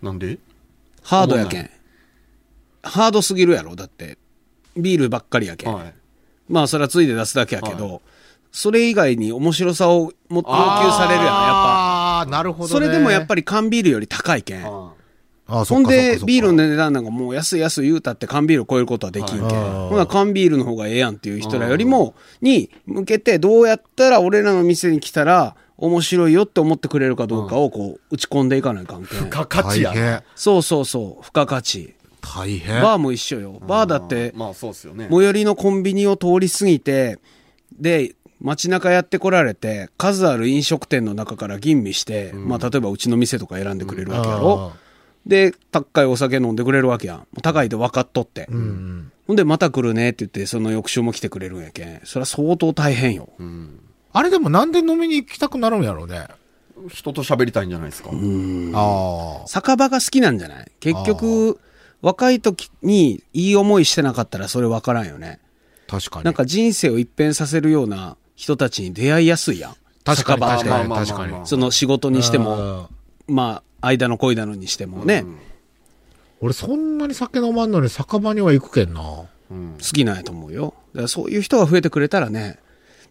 Speaker 4: なんで
Speaker 3: ハードやけん。ハードすぎるやろ、だって。ビールばっかりやけん。
Speaker 4: はい。
Speaker 3: まあ、それはついで出すだけやけど、それ以外に面白さをも要求されるやん、やっぱ。
Speaker 2: ああー、なるほど、ね。
Speaker 3: それでもやっぱ
Speaker 2: り。
Speaker 3: り缶ビールより高いけん。
Speaker 4: あ
Speaker 2: あーそ
Speaker 3: ほ
Speaker 2: っ
Speaker 3: ん
Speaker 2: かそっか
Speaker 3: で
Speaker 2: そっ、か
Speaker 3: ビールの値段なんかもう安い安い言うたって缶ビールを超えることはできんけん。
Speaker 2: はい
Speaker 3: ほな缶ビールの方がええやんっていう人らよりも、に向けてどうやったら俺らの店に来たら面白いよって思ってくれるかどうかをこう打ち込んでいかない関係。
Speaker 4: あ。か、価値や。
Speaker 2: 大変。
Speaker 3: そうそうそう、付加価値。
Speaker 2: 大
Speaker 3: バ
Speaker 2: 変。
Speaker 3: ーも一緒よ。バーだって
Speaker 4: うん、まあそうっすよね。
Speaker 3: 最寄りのコンビニを通り過ぎて、で、街中やってこられて、数ある飲食店の中から吟味して、まあ例えばうちの店とか選んでくれるわけやろ。で、高いお酒飲んでくれるわけやん。もう高いで分かっとって。ほんで、また来るねって言って、その翌週も来てくれるんやけん。それは相当大変よ。
Speaker 2: あれでもなんで飲みに行きたくなるんやろうね。
Speaker 4: 人と喋りたいんじゃないですか。
Speaker 2: ああ。
Speaker 3: 酒場が好きなんじゃない結局、若い時にいい思いしてなかったらそれ分からんよね。
Speaker 2: 確かに。
Speaker 3: なんか人生を一変させるような人たちに出会いやすいやん。
Speaker 2: 確かに
Speaker 3: 酒場っ
Speaker 2: 確
Speaker 3: て
Speaker 2: かに
Speaker 4: まあまあまあまあ
Speaker 2: 確かに。
Speaker 3: その仕事にしても、
Speaker 2: うん
Speaker 3: まあ、間の恋だのにしてもね、
Speaker 2: 俺そんなに酒飲まんのに酒場には行くけんな。
Speaker 3: 好きなんやと思うよ。だからそういう人が増えてくれたらね、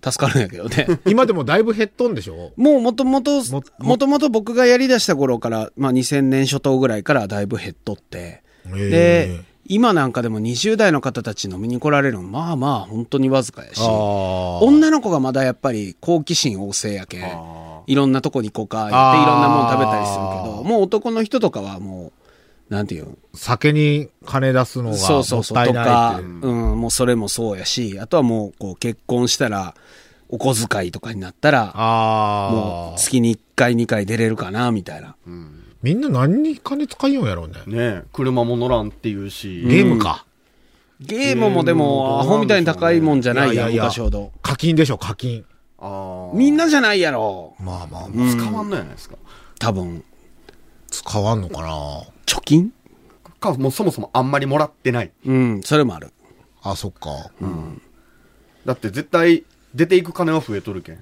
Speaker 3: 助かるんやけどね。
Speaker 2: (laughs) 今でもだいぶ減っとんでしょ
Speaker 3: もうもともと
Speaker 2: も、
Speaker 3: もともと僕がやり出した頃から、まあ2000年初頭ぐらいからだいぶ減っとって、
Speaker 2: へ
Speaker 3: で
Speaker 2: え、
Speaker 3: 今なんかでも20代の方たち飲みに来られるの、まあまあ本当にわずかやし、
Speaker 2: あー
Speaker 3: 女の子がまだやっぱり好奇心旺盛やけん
Speaker 4: あ、
Speaker 3: いろんなとこに行こうか、
Speaker 2: あ
Speaker 3: 言
Speaker 2: ー
Speaker 3: っていろんなもん食べたりするけど、もう男の人とかはもう、なんていうの
Speaker 2: 酒に金出すのが
Speaker 3: そ
Speaker 2: も
Speaker 3: うそう
Speaker 2: っ
Speaker 3: そう
Speaker 2: た
Speaker 3: と
Speaker 2: いない
Speaker 3: か、
Speaker 2: っ
Speaker 3: う、
Speaker 2: ていうん
Speaker 3: もうそれもそうやし、あとはもう、こう、結婚したら、お小遣いとかになったら、
Speaker 2: あ
Speaker 3: も
Speaker 2: あ
Speaker 3: う。月に1回2回出れるかな、みたいな。
Speaker 2: みんな何に金使いようやろうね。
Speaker 4: ねえ車も乗らんっていうし。
Speaker 2: ゲームか。
Speaker 3: ゲームもでも、アホみたいに高いもんじゃないやん、昔ほど。
Speaker 2: 課金でしょ、課金。
Speaker 4: ああ。
Speaker 3: みんなじゃないやろ。
Speaker 2: まあまあ、
Speaker 4: 使わんのやないですか。
Speaker 3: 多分、
Speaker 2: 使わんのかな。
Speaker 3: 貯金
Speaker 4: か、もうそもそもあんまりもらってない。
Speaker 3: うん、それもある。
Speaker 2: あ、そっか。
Speaker 4: だって絶対、出ていく金は増えとるけん。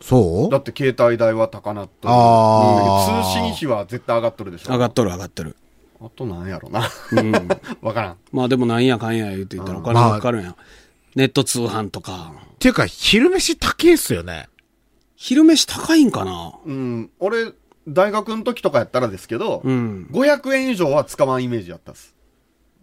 Speaker 2: そ
Speaker 4: だ
Speaker 2: う
Speaker 4: って携帯代は高なっとる。
Speaker 2: あー
Speaker 4: うん通信費は絶対上がっとるでしょ。
Speaker 3: 上がっとる上がっとる。
Speaker 4: あとなんやろな。
Speaker 3: うん。
Speaker 4: (laughs) わからん。
Speaker 3: まあでもなんやかんや言うて言ったらお金かかるんやん。ネット通販とか。
Speaker 2: っていうか、昼飯高えっすよね。
Speaker 3: 昼飯高いんかな
Speaker 4: うん。俺、大学の時とかやったらですけど、
Speaker 3: うん
Speaker 4: 500円以上は使わんイメージやったっす。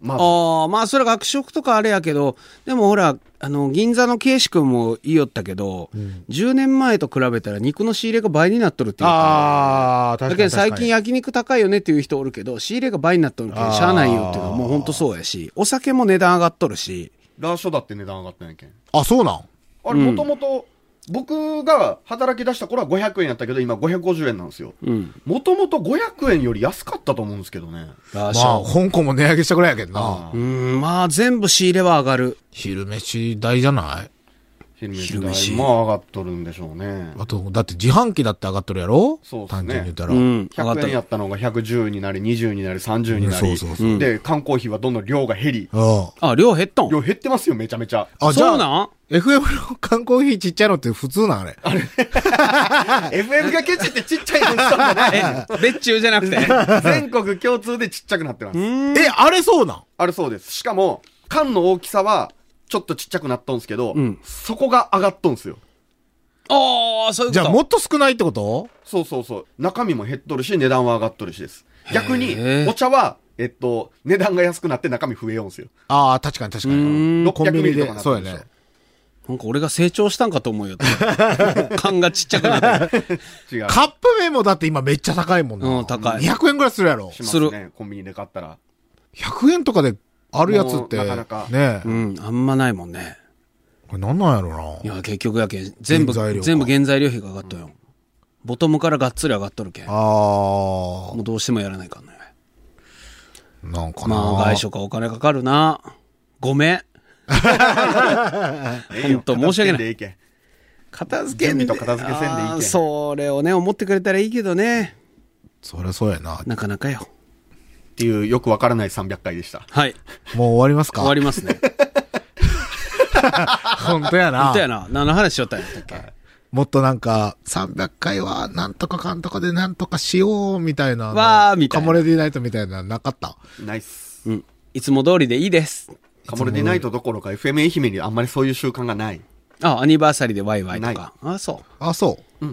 Speaker 4: まず。
Speaker 3: ああ、まあそれ学食とかあれやけど、でもほら、あの、銀座の圭志君も言いよったけど、10年前と比べたら肉の仕入れが倍になっとるっていう
Speaker 2: ああ、
Speaker 3: だ
Speaker 2: 確
Speaker 3: け
Speaker 2: か
Speaker 3: ど
Speaker 2: に
Speaker 3: 最近
Speaker 2: や、
Speaker 3: 焼肉高いよねっていう人おるけど、仕入れが倍になっとるけ
Speaker 2: あー
Speaker 3: ど、しゃあないよっていうのはもうほんとそうやし、お酒も値段上がっとるし、
Speaker 4: ラーショだって値段上がったんやけん。
Speaker 2: あ、そうなん
Speaker 4: あれ、もともと、僕が働き出した頃は500円やったけど、今550円なんですよ。
Speaker 3: うん。
Speaker 4: もともと500円より安かったと思うんですけどね。
Speaker 3: ラーシ
Speaker 2: まあ、
Speaker 3: ョン。
Speaker 2: 香港も値上げしたぐらいやけどな。
Speaker 3: うん、まあ全部仕入れは上がる。
Speaker 2: 昼飯代じゃない
Speaker 4: 昼
Speaker 3: 昼
Speaker 4: 飯
Speaker 3: 飯
Speaker 4: 代も上がっとるんでしょうね。
Speaker 2: あと、だって自販機だって上がっとるやろ
Speaker 4: そうっすね
Speaker 2: 単純に言ったら。
Speaker 3: うん、上が
Speaker 4: 100
Speaker 3: った
Speaker 4: 円や
Speaker 3: る。
Speaker 4: ったのが110になり、20になり、30になり。
Speaker 2: うんそうそうそ
Speaker 4: で、観光費はどんどん量が減り。
Speaker 2: うん
Speaker 3: あ、量減ったん
Speaker 4: 量減ってますよ、めちゃめちゃ。
Speaker 2: あ、じゃ
Speaker 3: そう
Speaker 2: あ、
Speaker 3: なん
Speaker 2: FM の缶コーヒーちっちゃいのって普通なんあれ。
Speaker 4: FM がケチってちっちゃいのにしたんじゃ
Speaker 2: (laughs)
Speaker 4: ない
Speaker 3: え、別注じゃなくて。
Speaker 4: 全国共通でちっちゃくなってます。
Speaker 2: え、あれそうなん
Speaker 4: あれそうです。しかも、缶の大きさは、ちょっとちっちゃくなっとんすけど、
Speaker 3: ん
Speaker 4: そこが上がっとんすよ。
Speaker 3: ああ、そういうこ
Speaker 2: じ
Speaker 3: と。
Speaker 2: ゃあもっと少ないってこと
Speaker 4: そうそうそう。中身も減っとるし、値段は上がっとるしです。逆に
Speaker 3: へ、ー
Speaker 4: お茶は、えっと、値段が安くなって中身増えようんすよ。
Speaker 2: ああ、確かに確かに。コンビニ
Speaker 4: 600ミリと
Speaker 2: で
Speaker 4: か。なって
Speaker 2: そう
Speaker 4: る
Speaker 2: や
Speaker 4: でしょ
Speaker 2: ね。
Speaker 3: なんか俺が成長したんかと思うよ。 (laughs) 感がちっちゃくなってる。
Speaker 4: 違う。
Speaker 2: カップ麺もだって今めっちゃ高いもんな。
Speaker 3: うん高い
Speaker 2: 200円ぐらいするやろ。
Speaker 4: しますね。コンビニで買ったら。
Speaker 2: 100円とかであるやつって、
Speaker 4: もうなかなか
Speaker 2: ねえ
Speaker 3: う、ん、あんまないもんね。
Speaker 2: これなんなんやろ
Speaker 3: いう
Speaker 2: な。
Speaker 3: や、結局やけん、全部
Speaker 2: 原材料、か
Speaker 3: 全部原材料費が上がっとよ。ボトムからがっつり上がっとるけん。も
Speaker 2: あ
Speaker 3: うどうしてもやらないかんね。
Speaker 2: あ、なんかな。
Speaker 3: まあ、外食はお金かかるな。ごめん。ほんと、申し訳ない。
Speaker 4: い。けん
Speaker 3: 片付けんで
Speaker 4: 準備と片付けせんでいいけん
Speaker 3: あーそれをね、思ってくれたらいいけどね。
Speaker 2: そりゃそうやな。
Speaker 3: なかなかよ。
Speaker 4: っていう、よくわからない300回でした。
Speaker 3: はい。
Speaker 2: もう終わりますか
Speaker 3: 終わりますね。
Speaker 2: 本当や
Speaker 3: 本
Speaker 2: な
Speaker 3: 当。やな。何の話しよったんやったっけ
Speaker 2: もっとなんか、300回はなんとかかんとかでなんとかしようみたいな。
Speaker 3: わーみたい
Speaker 2: カ
Speaker 3: な
Speaker 2: モレディナイトみたいなのなかった。
Speaker 4: ナイス。
Speaker 3: うん。いつも通りでいいです。
Speaker 4: カモレディナイトどころか FM 愛媛にあんまりそういう習慣がない。
Speaker 3: あ、アニバーサリーでワイワイとか。あ、そう。
Speaker 2: あ、そう。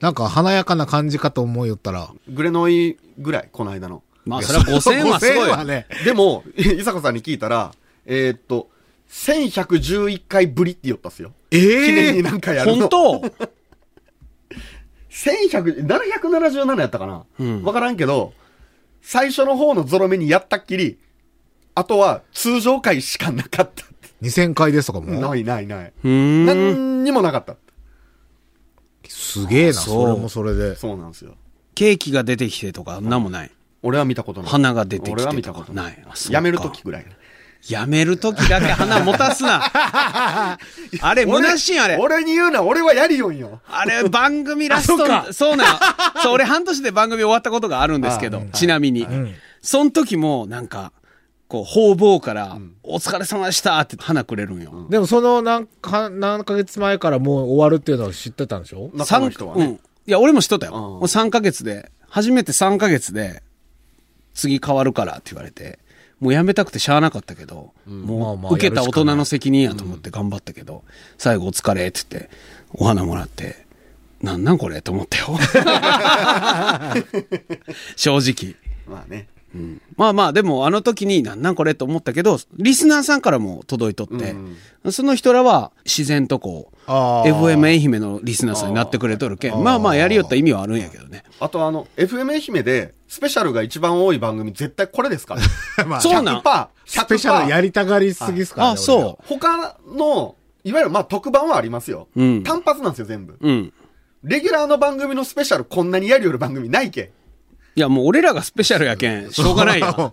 Speaker 2: なんか華やかな感じかと思いよったら。
Speaker 4: グレノイぐらい、この間の。
Speaker 3: まあ、それは5000円
Speaker 2: (laughs)
Speaker 3: はすごい
Speaker 2: 5000
Speaker 3: よ。
Speaker 2: ね。
Speaker 4: でも、いさこさんに聞いたら、えーっと、1111回ぶりって言ったっすよ。記
Speaker 2: え
Speaker 4: 念
Speaker 2: え
Speaker 4: になんかやるの。
Speaker 3: 本当
Speaker 4: ?1100、777やったかなわ、
Speaker 3: ん
Speaker 4: からんけど、最初の方のゾロ目にやったっきり、あとは通常回しかなかった。
Speaker 2: !2000 回ですとかも。
Speaker 4: ないないない。
Speaker 3: うーん。
Speaker 4: 何にもなかった。
Speaker 2: すげえな、
Speaker 3: そう
Speaker 2: それもそれで。
Speaker 4: そうなんですよ。
Speaker 3: ケーキが出てきてとか、なんもない。
Speaker 4: 俺は見たことない。
Speaker 3: 花が出てきてとか
Speaker 4: 俺は見たことない。
Speaker 3: ないあそうか
Speaker 4: やめるときぐらい。
Speaker 3: やめるときだけ花持たすな。
Speaker 4: (laughs)
Speaker 3: あれ、虚しいんあれ。
Speaker 4: 俺に言うな、俺はやりよんよ。
Speaker 3: あれ、番組ラスト、
Speaker 2: あそっ
Speaker 3: そう
Speaker 2: か
Speaker 3: なの。そう、俺半年で番組終わったことがあるんですけど、ちなみに。その時も、なんか、こう、方々から、お疲れ様でしたって花くれるんよ。
Speaker 2: でもその何か、何ヶ月前からもう終わるっていうのは知ってたんでしょ
Speaker 4: 中の人はね。
Speaker 3: うん。いや、俺もしとったよ。
Speaker 4: うん
Speaker 3: もう3ヶ月で、初めて3ヶ月で、次変わるからって言われて、もうやめたくてしゃあなかったけど、もう
Speaker 2: まあまあ
Speaker 3: 受け
Speaker 2: や
Speaker 3: た大
Speaker 2: るしか
Speaker 3: 人
Speaker 2: ない
Speaker 3: の責任やと思って頑張ったけど、最後お疲れって言って、お花もらって、なんなんこれと思ったよ。
Speaker 2: (laughs)
Speaker 3: 正直。
Speaker 4: まあね。
Speaker 3: まあまあ、でもあの時になんなんこれと思ったけど、リスナーさんからも届いとって、その人らは自然とこう、
Speaker 2: あー
Speaker 3: FM 愛媛のリスナーさんになってくれとるけん、まあまあやりよった意味はあるんやけどね。
Speaker 4: あとあの、FM 愛媛で、スペシャルが一番多い番組絶対これです
Speaker 3: (laughs)
Speaker 4: から。
Speaker 2: まあ
Speaker 3: そうなん
Speaker 4: 100%。100%
Speaker 2: スペシャルやりたがりすぎっすからね。
Speaker 3: あ、そう
Speaker 4: 他のいわゆるまあ特番はありますよ。
Speaker 3: うん
Speaker 4: 単発なんですよ、全部。
Speaker 3: うん。
Speaker 4: レギュラーの番組のスペシャルこんなにやるよる番組ないけん。
Speaker 3: いや、もう俺らがスペシャルやけん、しょうがな
Speaker 2: (laughs)
Speaker 3: いよ。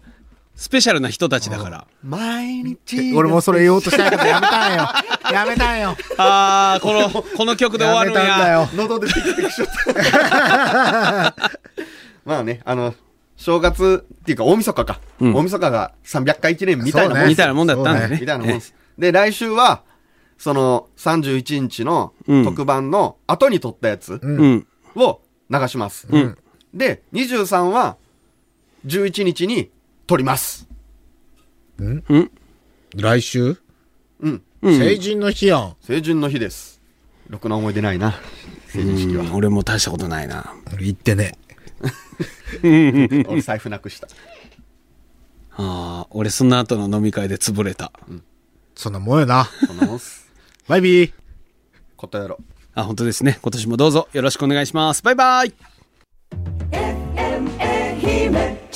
Speaker 3: スペシャルな人たちだから。
Speaker 4: 毎日。
Speaker 2: 俺もそれ言おうとしたいけど、やめた (laughs) んよ。やめたんよ。
Speaker 3: あー、こ
Speaker 2: (laughs)
Speaker 3: の、この曲で終わ
Speaker 2: や
Speaker 3: る
Speaker 2: め
Speaker 3: ん
Speaker 2: たんだ
Speaker 3: や。
Speaker 2: よ。
Speaker 4: 喉でピクピクしちゃった。
Speaker 3: (laughs)
Speaker 4: まあね、あの、正月っていうか大晦日か。大晦日が300回記念みたい
Speaker 2: そう
Speaker 4: なもんで
Speaker 2: ね
Speaker 3: み
Speaker 4: す
Speaker 3: たいなもんだったんだ
Speaker 2: そう
Speaker 4: み
Speaker 3: ね。
Speaker 4: たいなもんです。で、来週は、その31日の
Speaker 3: うん
Speaker 4: 特番の後に撮ったやつ
Speaker 3: うん。
Speaker 4: を流します。
Speaker 3: うん。
Speaker 4: で、23は11日に撮ります。
Speaker 3: うん。
Speaker 2: 来週
Speaker 4: うん。
Speaker 3: うん
Speaker 2: 成人の日やん。
Speaker 4: 成人の日です。ろくな思い出ないな。成人式は。
Speaker 3: うん俺も大したことないな。
Speaker 2: 俺言ってね。
Speaker 4: 俺財布なくした。
Speaker 3: あー、俺その後の飲み会で潰れた。
Speaker 2: そんなもんよな。
Speaker 4: そんなもんっす。
Speaker 2: バイビー。
Speaker 4: ことやろ。
Speaker 3: あ、本当ですね。今年もどうぞよろしくお願いします。バイバイ。
Speaker 1: FM 愛媛